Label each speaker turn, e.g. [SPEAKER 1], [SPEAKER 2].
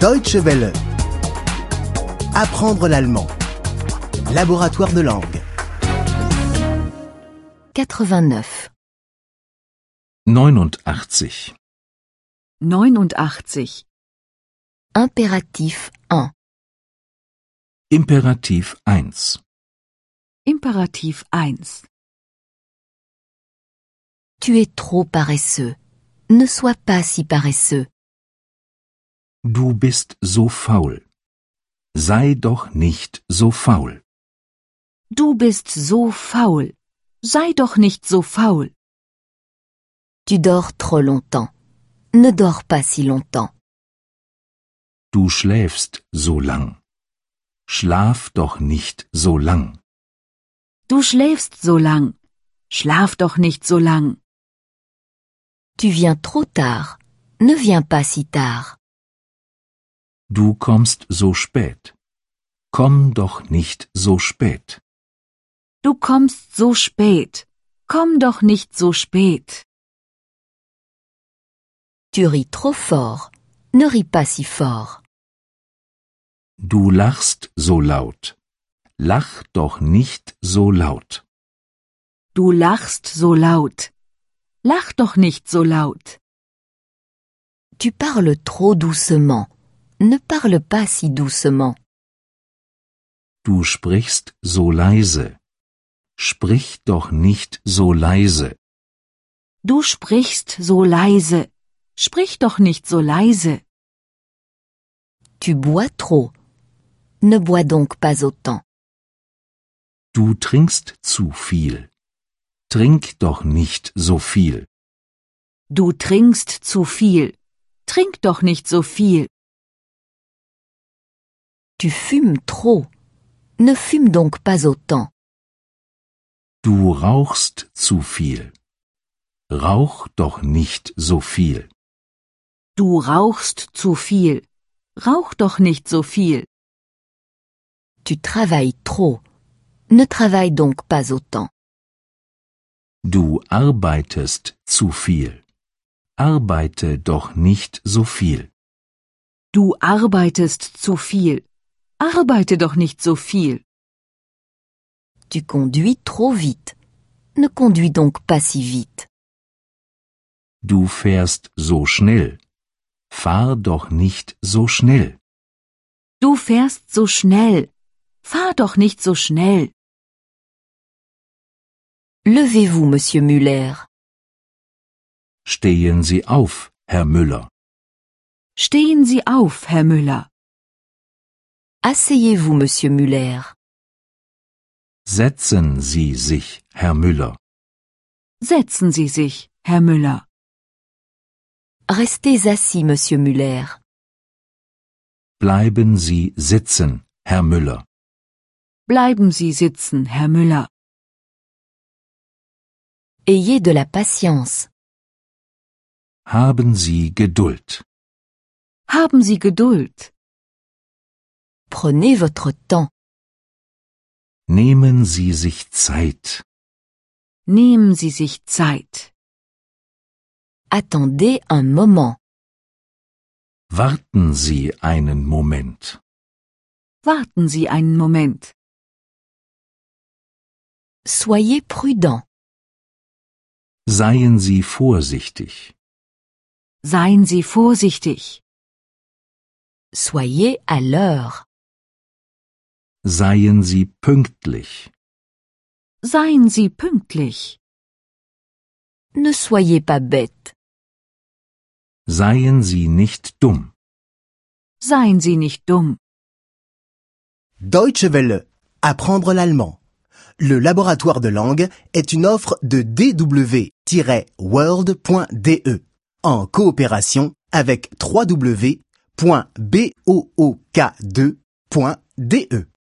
[SPEAKER 1] Deutsche Welle. Apprendre l'allemand. Laboratoire de langue.
[SPEAKER 2] 89.
[SPEAKER 3] 89.
[SPEAKER 4] 89.
[SPEAKER 2] Impératif 1.
[SPEAKER 3] Imperativ 1.
[SPEAKER 4] Imperativ 1.
[SPEAKER 2] Tu es trop paresseux. Ne sois pas si paresseux.
[SPEAKER 3] Du bist so faul. Sei doch nicht so faul.
[SPEAKER 4] Du bist so faul. Sei doch nicht so faul.
[SPEAKER 2] Tu dors trop longtemps. Ne dors pas si longtemps.
[SPEAKER 3] Du schläfst so lang. Schlaf doch nicht so lang.
[SPEAKER 4] Du schläfst so lang. Schlaf doch nicht so lang.
[SPEAKER 2] Tu viens trop tard. Ne viens pas si tard.
[SPEAKER 3] Du kommst so spät. Komm doch nicht so spät.
[SPEAKER 4] Du kommst so spät. Komm doch nicht so spät.
[SPEAKER 2] Tu ris trop fort. Ne ris pas si fort.
[SPEAKER 3] Du lachst so laut. Lach doch nicht so laut.
[SPEAKER 4] Du lachst so laut. Lach doch nicht so laut.
[SPEAKER 2] Tu parles trop doucement. Ne parle pas si doucement.
[SPEAKER 3] Du sprichst so leise. Sprich doch nicht so leise.
[SPEAKER 4] Du sprichst so leise. Sprich doch nicht so leise.
[SPEAKER 2] Tu bois trop. Ne bois donc pas autant.
[SPEAKER 3] Du trinkst zu viel. Trink doch nicht so viel.
[SPEAKER 4] Du trinkst zu viel. Trink doch nicht so viel.
[SPEAKER 2] Tu fumes trop. Ne fume donc pas autant.
[SPEAKER 3] Du rauchst zu viel. Rauch doch nicht so viel.
[SPEAKER 4] Du rauchst zu viel. Rauch doch nicht so viel.
[SPEAKER 2] Tu travailles trop. Ne travaille donc pas autant.
[SPEAKER 3] Du arbeitest zu viel. Arbeite doch nicht so viel.
[SPEAKER 4] Du arbeitest zu viel. Arbeite doch nicht so viel.
[SPEAKER 2] Tu conduis trop vite. Ne conduis donc pas si vite.
[SPEAKER 3] Du fährst so schnell. Fahr doch nicht so schnell.
[SPEAKER 4] Du fährst so schnell. Fahr doch nicht so schnell.
[SPEAKER 2] Levez-vous, monsieur Muller.
[SPEAKER 3] Stehen Sie auf, Herr Müller.
[SPEAKER 4] Stehen Sie auf, Herr Müller.
[SPEAKER 2] Asseyez-vous, monsieur Muller.
[SPEAKER 3] Setzen Sie sich, Herr Müller.
[SPEAKER 4] Setzen Sie sich, Herr Müller.
[SPEAKER 2] Restez assis, monsieur Muller.
[SPEAKER 3] Bleiben Sie sitzen, Herr Müller.
[SPEAKER 4] Bleiben Sie sitzen, Herr Müller.
[SPEAKER 2] Ayez de la patience.
[SPEAKER 3] Haben Sie Geduld.
[SPEAKER 4] Haben Sie Geduld.
[SPEAKER 2] Prenez votre temps.
[SPEAKER 3] Nehmen Sie sich Zeit.
[SPEAKER 4] Nehmen Sie sich Zeit.
[SPEAKER 2] Attendez un moment.
[SPEAKER 3] Warten Sie einen Moment.
[SPEAKER 4] Warten Sie einen Moment.
[SPEAKER 2] Soyez prudent.
[SPEAKER 3] Seien Sie vorsichtig.
[SPEAKER 4] Seien Sie vorsichtig.
[SPEAKER 2] Soyez à l'heure.
[SPEAKER 3] Seien Sie pünktlich.
[SPEAKER 4] Seien Sie pünktlich.
[SPEAKER 2] Ne soyez pas bête.
[SPEAKER 3] Seien Sie nicht dumm.
[SPEAKER 4] Seien Sie nicht dumm.
[SPEAKER 1] Deutsche Welle. Apprendre l'allemand. Le laboratoire de langue est une offre de dw-world.de E en coopération avec www.book2.de.